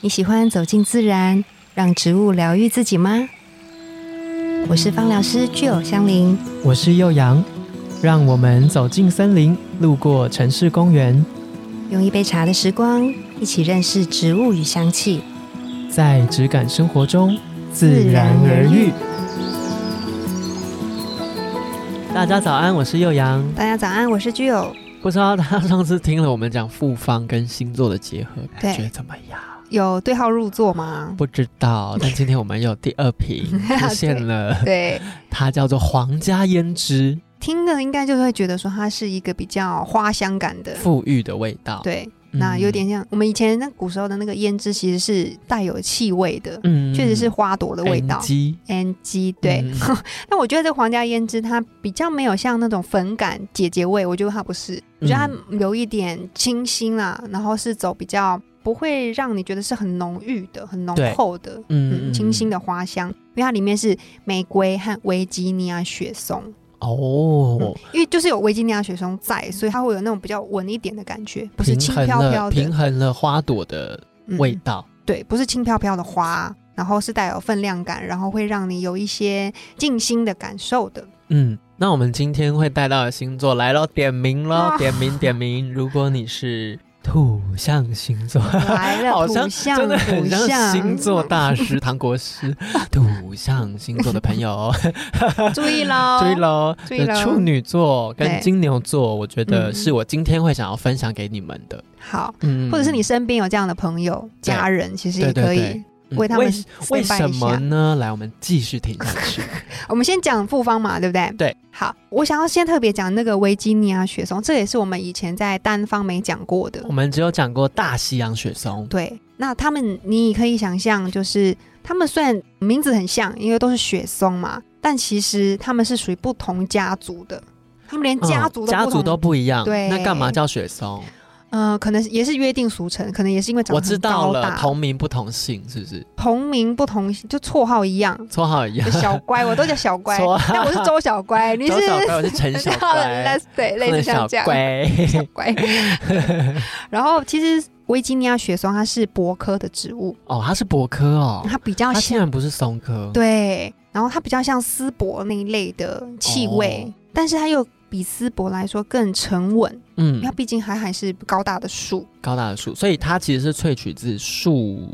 你喜欢走进自然，让植物疗愈自己吗？我是芳疗师具有香林，我是幼阳，让我们走进森林，路过城市公园，用一杯茶的时光，一起认识植物与香气。在质感生活中自然而愈。大家早安，我是幼阳。大家早安，我是具有。不知道大家上次听了我们讲复方跟星座的结合，对感觉怎么样？有对号入座 吗？不知道，但今天我们有第二 瓶出现了，对，它叫做皇家胭脂，听了应该就会觉得说它是一个比较花香感的，馥郁的味道。对，嗯，那有点像我们以前那古时候的那个胭脂，其实是带有气味的，嗯，嗯确实是花朵的味道。 NG NG 对，嗯那我觉得这皇家胭脂它比较没有像那种粉感姐姐味，我觉得它不是，我觉得嗯它有一点清新啦，然后是走比较不会让你觉得是很浓郁的、很浓对厚的，嗯， 清新的花香，因为它里面是玫瑰和维吉尼亚雪松，哦嗯，因为就是有维吉尼亚雪松在，所以它会有那种比较稳一点的感觉，不是平轻衡飘了飘平的衡了花朵的味嗯，道。对，不是轻飘飘的花，然后是带有分量感，然后会让你有一些静心的感受的。嗯，那我们今天会带到的星座来咯，点名咯，啊点名点名。如果你是土象星座，来了，好土像象，真的土很像象星座大 师唐国师，土象星座的朋友哦注意喽， 注意，喽，注哦意咯处女座对跟金牛座，我觉得嗯是我今天会想要分享给你们的。好，嗯或者是你身边有这样的朋友、对家人，其实对也对可以对。嗯为他们为 standby 什一么下呢？来，我们继续听下 去。我们先讲复方嘛，对不对？对。好，我想要先特别讲那个维吉尼亚雪松，这也是我们以前在单方没讲过的我。们只有讲过大西洋雪松，对，那他们你可以想象，就是他们虽然名字很像，因为都是雪松嘛，但其实他们是属于不同家族的，他们连嗯家族都不家同族都不一样，对那干嘛叫雪松？呃，可能也是约定俗成，可能也是因为长我得知很道高了，大，同名不同姓是不是？同名不同姓，就绰号一 样。绰号一样，小乖，我都叫小乖错，但我是周小乖，你是周小 乖，我是陈小乖，类对，类似像小这样乖，小乖。 然后其实维吉尼亚雪松它是柏科的植物，哦，它是柏科哦，它比较它竟像然不是松科，，对，然后它比较像丝柏那一类的气味，哦但是它又比丝柏来说更沉稳，因为嗯它，毕竟还还是高大的树，高大的树，所以它其实是萃取自树，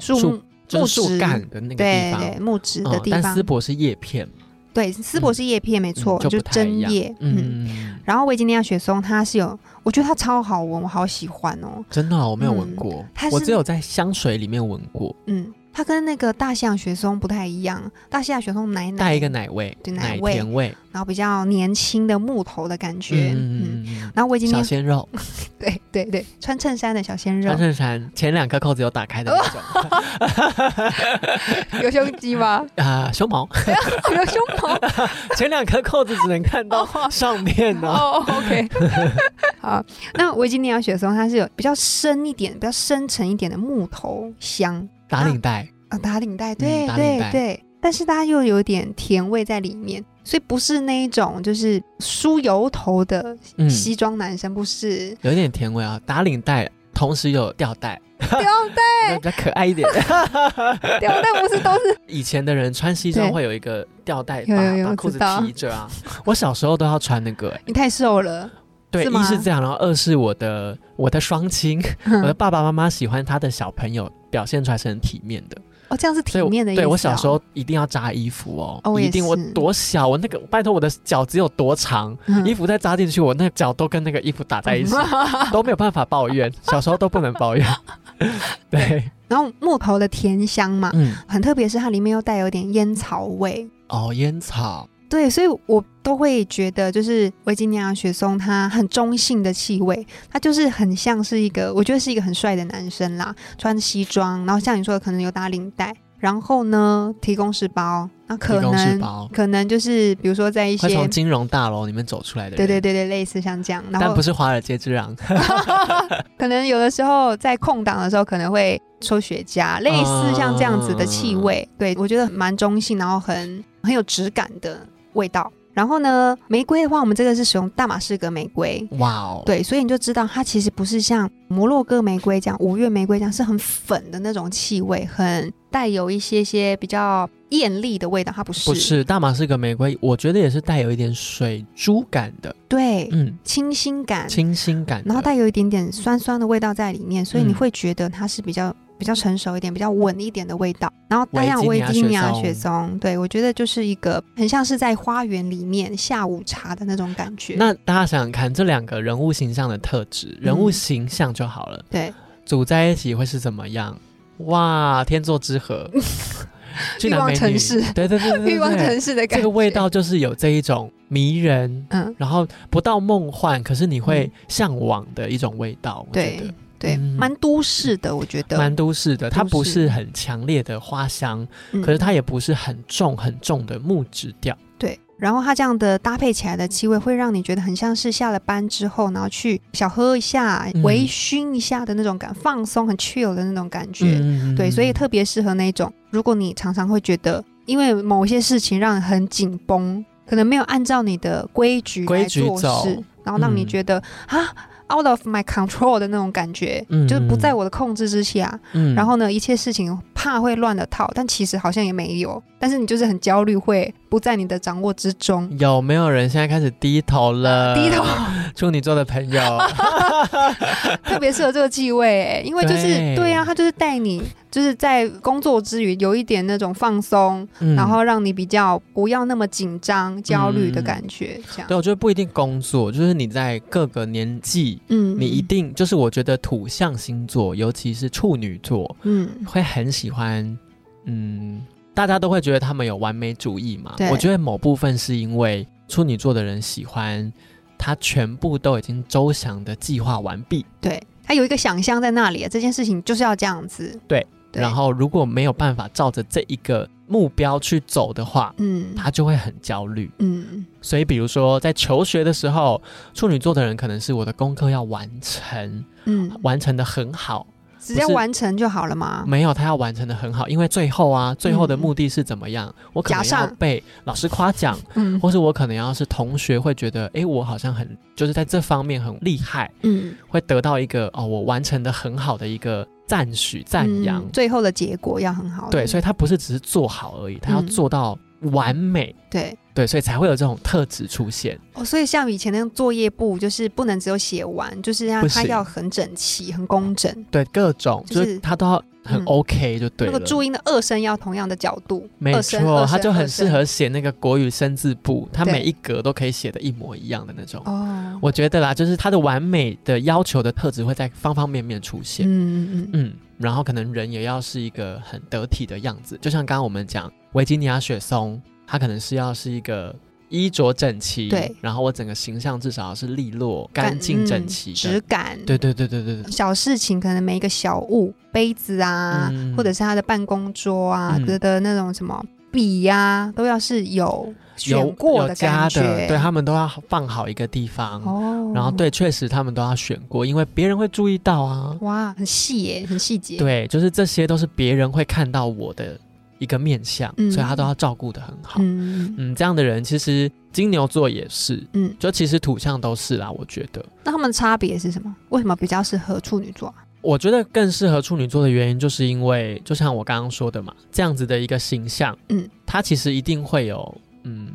树嗯树木就木是树质干的那个地对方。对木质的嗯地但方，丝柏是叶片，对丝柏是叶片没错，嗯就不太针一样叶，嗯。嗯，然后维吉尼亚雪松它是有，我觉得它超好闻，我好喜欢哦，真的哦我没有嗯闻过它，我是只有在香水里面闻过，嗯。它跟那个大象雪松不太一样，大象雪松奶奶带一个奶味，对奶味甜味，然后比较年轻的木头的感觉，嗯，嗯嗯然后维吉嗯，尼小亚，鲜肉，对对对，穿衬衫的小鲜肉穿，衬衫前两颗扣子有打开 的那种，有胸肌 吗？啊、胸毛有胸毛前两颗扣子只能看到哦上面 呢、哦，OK，好，那维吉尼亚雪松它是有比较深一点、比较深沉一点的木头香打领带，啊，打领带，对、嗯打领对带对，但是它又有点甜味在里面，所以不是那一种就是梳油头的嗯，西装男生，不 是有一点甜味啊。打领带，同时有吊带，吊带，那比较可爱 一点。吊带不是都是 以前的人穿西对装会有一个吊带，有有有把把我裤知子道提着啊。我小时候都要穿那个、欸你太瘦 了，对，是吗一是这样，然后二是我的我的双亲，嗯我的爸爸妈妈喜欢他的小朋友表现出来是很体面的，哦，这样是所体以我面的意思、对我小时，候一定要扎衣服哦，哦我也一定我是多小，我那个拜托我的脚趾有多长，嗯衣服再扎进去，我那脚都跟那个衣服打在一起，都没有办法抱怨。小时候都不能抱怨。 对， 然后木头的甜香嘛，嗯，很特别，是它里面又带有点烟草味。哦，烟草，对，所以我都会觉得，就是维吉尼亚雪松，它很中性的气味，它就是很像是一个，我觉得是一个很帅的男生啦，穿西装，然后像你说的，可能有打领带，然后呢，提供是包，那可提供是能包，可能就是比如说在一些会，从金融大楼里面走出来的对人，对对对，类似像这样，然但后不是华尔街 之狼，可能有的时候在空档的时候，可能会抽雪茄，类似像啊这样子的气味。对我觉得蛮中性，然后很很有质感的味道。然后呢，玫瑰的话，我们这个是使用大马士革玫瑰，哇哦，对，所以你就知道它其实不是像摩洛哥玫瑰这样、五月玫瑰这样是很粉的那种气味，很带有一些些比较艳丽的味道，它不是，不是大马士革玫瑰，我觉得也是带有一点水珠感的，对，嗯，清新感，清新感的，然后带有一点点酸酸的味道在里面，所以你嗯会觉得它是比较比较成熟一点、比较稳一点的味道。然后大量维维吉吉尼尼亚亚雪雪松，对我觉得就是一个很像是在花园里面下午茶的那种感觉。那大家想想看，这两个人物形象的特质，人物形象就好了，对，组在一起会是怎么样？哇，天作之 合，欲俊男望美女城市对对对对对对欲望城市的感觉，这个味，道就是有这一种迷人，嗯，然后不到梦幻，可是你会向往的一种味道。我觉对得对，嗯蛮都市的，我觉得蛮，都市的，它都市不是很强烈的花香，嗯可是它也不是很重很重的木质调。对。然后它这样的搭配起来的气味，会让你觉得很像是下了班之后，然后去小喝一下、嗯微醺一下的那种感，放松、很 chill 的那种感觉。嗯对，所以嗯特别适合那种，如果你常常会觉得因为某些事情让你很紧绷，可能没有按照你的规矩规来矩做走事，然后让你嗯觉得、啊 out of my control 的那种感觉，嗯就是不在我的控制之下。嗯然后呢，一切事情怕会乱了套，但其实好像也没有，但是你就是很焦虑，会不在你的掌握之中。有没有人现在开始低头了？低头处女座的朋友，特别适合这个气味、欸，因为就是对对呀、它就是带你就是在工作之余有一点那种放松，嗯 然后让你比较不要那么紧张、焦虑的感觉，这样。对，我觉得不一定工作，就是你在各个年纪，嗯，你一定就是我觉得土象星座，尤其是处女座，嗯，会很喜欢，嗯，大家都会觉得他们有完美主义嘛对。我觉得某部分是因为处女座的人喜欢。他全部都已经周详的计划完毕，对，他有一个想象在那里，这件事情就是要这样子。对，对然后如果没有办法照着这一个目标去走的话，嗯，他就会很焦虑。嗯，所以，比如说在求学的时候，处女座的人可能是我的功课要完成，嗯，完成的很好。只要完成就好了嘛。没有，他要完成的很好，因为最后啊，最后的目的是怎么样？我可能假要上被老师夸奖，嗯或是我可能要是同学会觉得，诶，我好像很就是在这方面很厉害，嗯，会得到一个哦，我完成的很好的一个赞许赞嗯扬。最后的结果要很好。对，所以以他不是只是做好而已，他要嗯做到完美。对。对，所以才会有这种特质出现。哦，所以像以前那样作业簿，就是不能只有写完，就是要不它行要很整齐、很工整。对，各种就就是是他都要很嗯 OK 就对那了。个注音的二声要同样的角度，没二声错，二他声就很二声适合写那个国语生字簿，他对每一格都可以写的一模一样的那种。哦。我觉得啦，就是他的完美的要求的特质会在方方面面出现。嗯嗯嗯，嗯，然后可能人也要是一个很得体的样子，就像刚刚我们讲维吉尼亚雪松，他可能是要是一个衣着整齐，对，然后我整个形象至少要是利落、干净、嗯整齐质的。感，对对对对对对，小事情，可能每一个小物，杯子啊，嗯或者是他的办公桌啊，嗯的、的那种什么笔呀、都要是有选有过有感家觉。的，对他们都要放好一个地方。哦，然后对，确实他们都要选过，因为别人会注意到啊。哇，很细耶，很细节。，对，就是这些都是别人会看到我的一个面相，嗯所以他都要照顾的很好。嗯嗯，这样的人其实金牛座也是，嗯嗯，就其实土象都是啦。我觉得，那他们的差别是什么？为什么比较适合处女座啊？我觉得更适合处女座的原因，就是因为就像我刚刚说的嘛，这样子的一个形象，嗯嗯，它其实一定会有嗯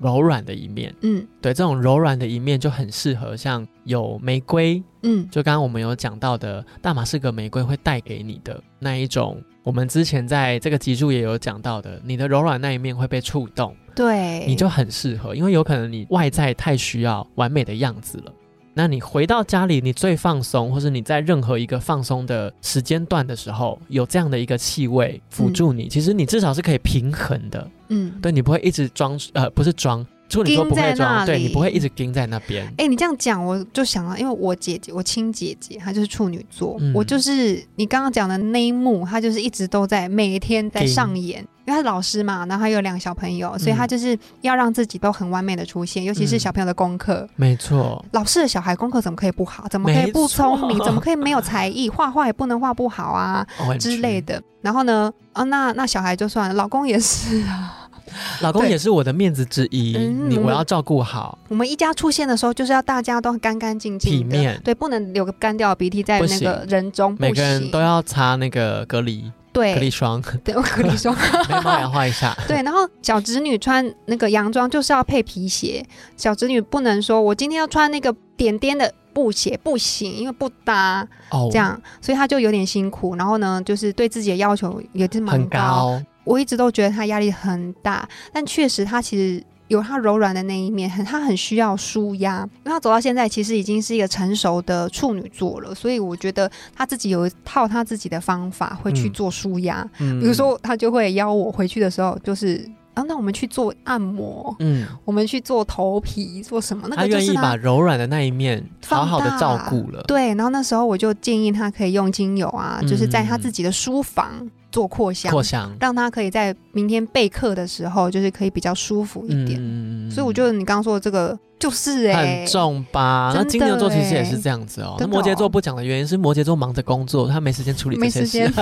柔软的一面。嗯对，这种柔软的一面就很适合像有玫瑰，嗯就刚刚我们有讲到的大马士革玫瑰会带给你的那一种，我们之前在这个集数也有讲到的，你的柔软那一面会被触动，对，你就很适合，因为有可能你外在太需要完美的样子了。那你回到家里，你最放松，或是你在任何一个放松的时间段的时候，有这样的一个气味辅助你，其实你至少是可以平衡的，嗯。对你不会一直装，呃，不是装，处女座不会盯在那装，对里你不会一直盯在那边。 哎、你这样讲，我就想到，因为我姐姐，我亲姐姐，她就是处女座，嗯我就是你刚刚讲的那一幕，她就是一直都在每天在上演，因为她是老师嘛，然后她有两个小朋友，所以她就是要让自己都很完美的出现，尤其是嗯小朋友的功课。没错，老师的小孩功课怎么可以不好？怎么可以不聪明？没错怎么可以没有才 艺？画画也不能画不好啊 OMG 之类的。然后呢，啊，那那小孩就算了，老公也是啊， 老公对也是我的面子之一，嗯你我我们要照顾好。我们一家出现的时候，就是要大家都干干净净的，体面对，不能有个干掉的鼻涕在不那个人中，不每个人行都要擦那个隔离隔离对， 霜，对，我跟 你说，眉毛也画一下。对，然后小侄女穿那个洋装就是要配皮鞋，小侄女不能说我今天要穿那个点点的布鞋，不行，因为不搭，哦，这样，所以她就有点辛苦。然后呢，就是对自己的要求也是蛮哦很高。我一直都觉得她压力很大，但确实她其实。有她柔软的那一面，很她很需要舒压，因为她走到现在其实已经是一个成熟的处女座了，所以我觉得她自己有一套她自己的方法会去嗯做舒压。嗯比如，说，他就会邀我回去的时候，就是啊，那我们去做按摩，嗯，我们去做头皮，做什么？那他个就愿是意把他柔软的那一面好好的放大照顾了。对。然后那时候我就建议他可以用精油啊，就是在他嗯自己的书房做扩香，扩香让他可以在明天备课的时候，就是可以比较舒服一点。嗯所以我觉得你刚刚说的这个就是哎、很重吧？那真的金牛座其实也欸是这样子哦。那真的摩羯座哦不讲的原因是摩羯座忙着工作，他没时间处理这没些时事 间。，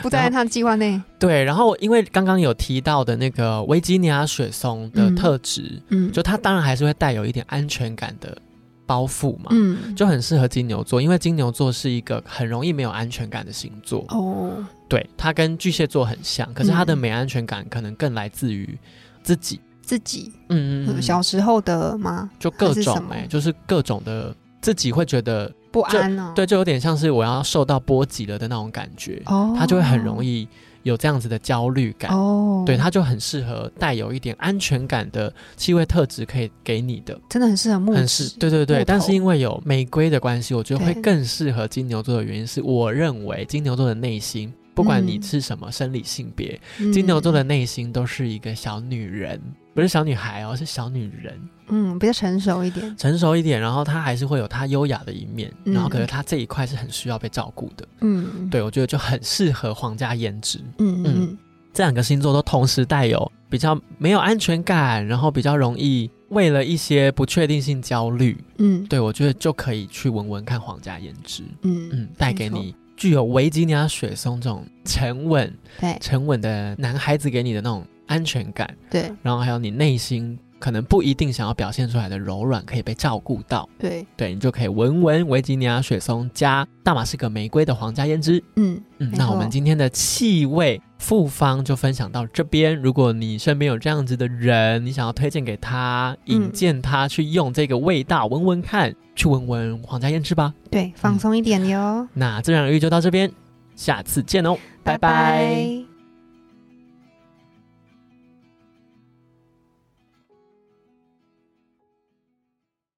不在他的计划内。对，然后因为刚刚有提到的那个维吉尼亚雪松的嗯特质，嗯，就他当然还是会带有一点安全感的包袱嘛，嗯就很适合金牛座，因为金牛座是一个很容易没有安全感的星座。哦，对，它跟巨蟹座很像，可是它的嗯没安全感可能更来自于自己。自己、嗯嗯嗯，小时候的吗？就各还是种什么哎、就是各种的自己会觉得，不安哦，对，就有点像是我要受到波及了的那种感觉，哦，他就会很容易有这样子的焦虑感。哦，对，他就很适合带有一点安全感的气味特质，可以给你的，真的很适合木很质适，对对对。木但头是因为有玫瑰的关系，我觉得会对更适合金牛座的原因是，我认为金牛座的内心，不管你嗯是什么生理性别，金牛座的内心都是一个小女人，不是小女孩哦，是小女人。嗯，嗯比较成熟一点，成熟一点，然后他还是会有他优雅的一面，嗯然后可是他这一块是很需要被照顾的。嗯，对我觉得就很适合皇家颜值，嗯，嗯嗯这两个星座都同时带有比较没有安全感，然后比较容易为了一些不确定性焦虑。嗯对我觉得就可以去闻闻看皇家颜值，嗯嗯，带给没错你具有维吉尼亚雪松这种沉稳、对沉稳的男孩子给你的那种安全感，对然后还有你内心可能不一定想要表现出来的柔软可以被照顾到。对，对你就可以闻闻维吉尼亚雪松加大马士革玫瑰的皇家胭脂。嗯，嗯，没那我错们今天的气味复方就分享到这边。如果你身边有这样子的人，你想要推荐给他，引嗯荐他去用这个味道闻闻看，去闻闻皇家胭脂吧。嗯对，放松一点哟，那自然而愈就到这边，下次见哦，拜拜拜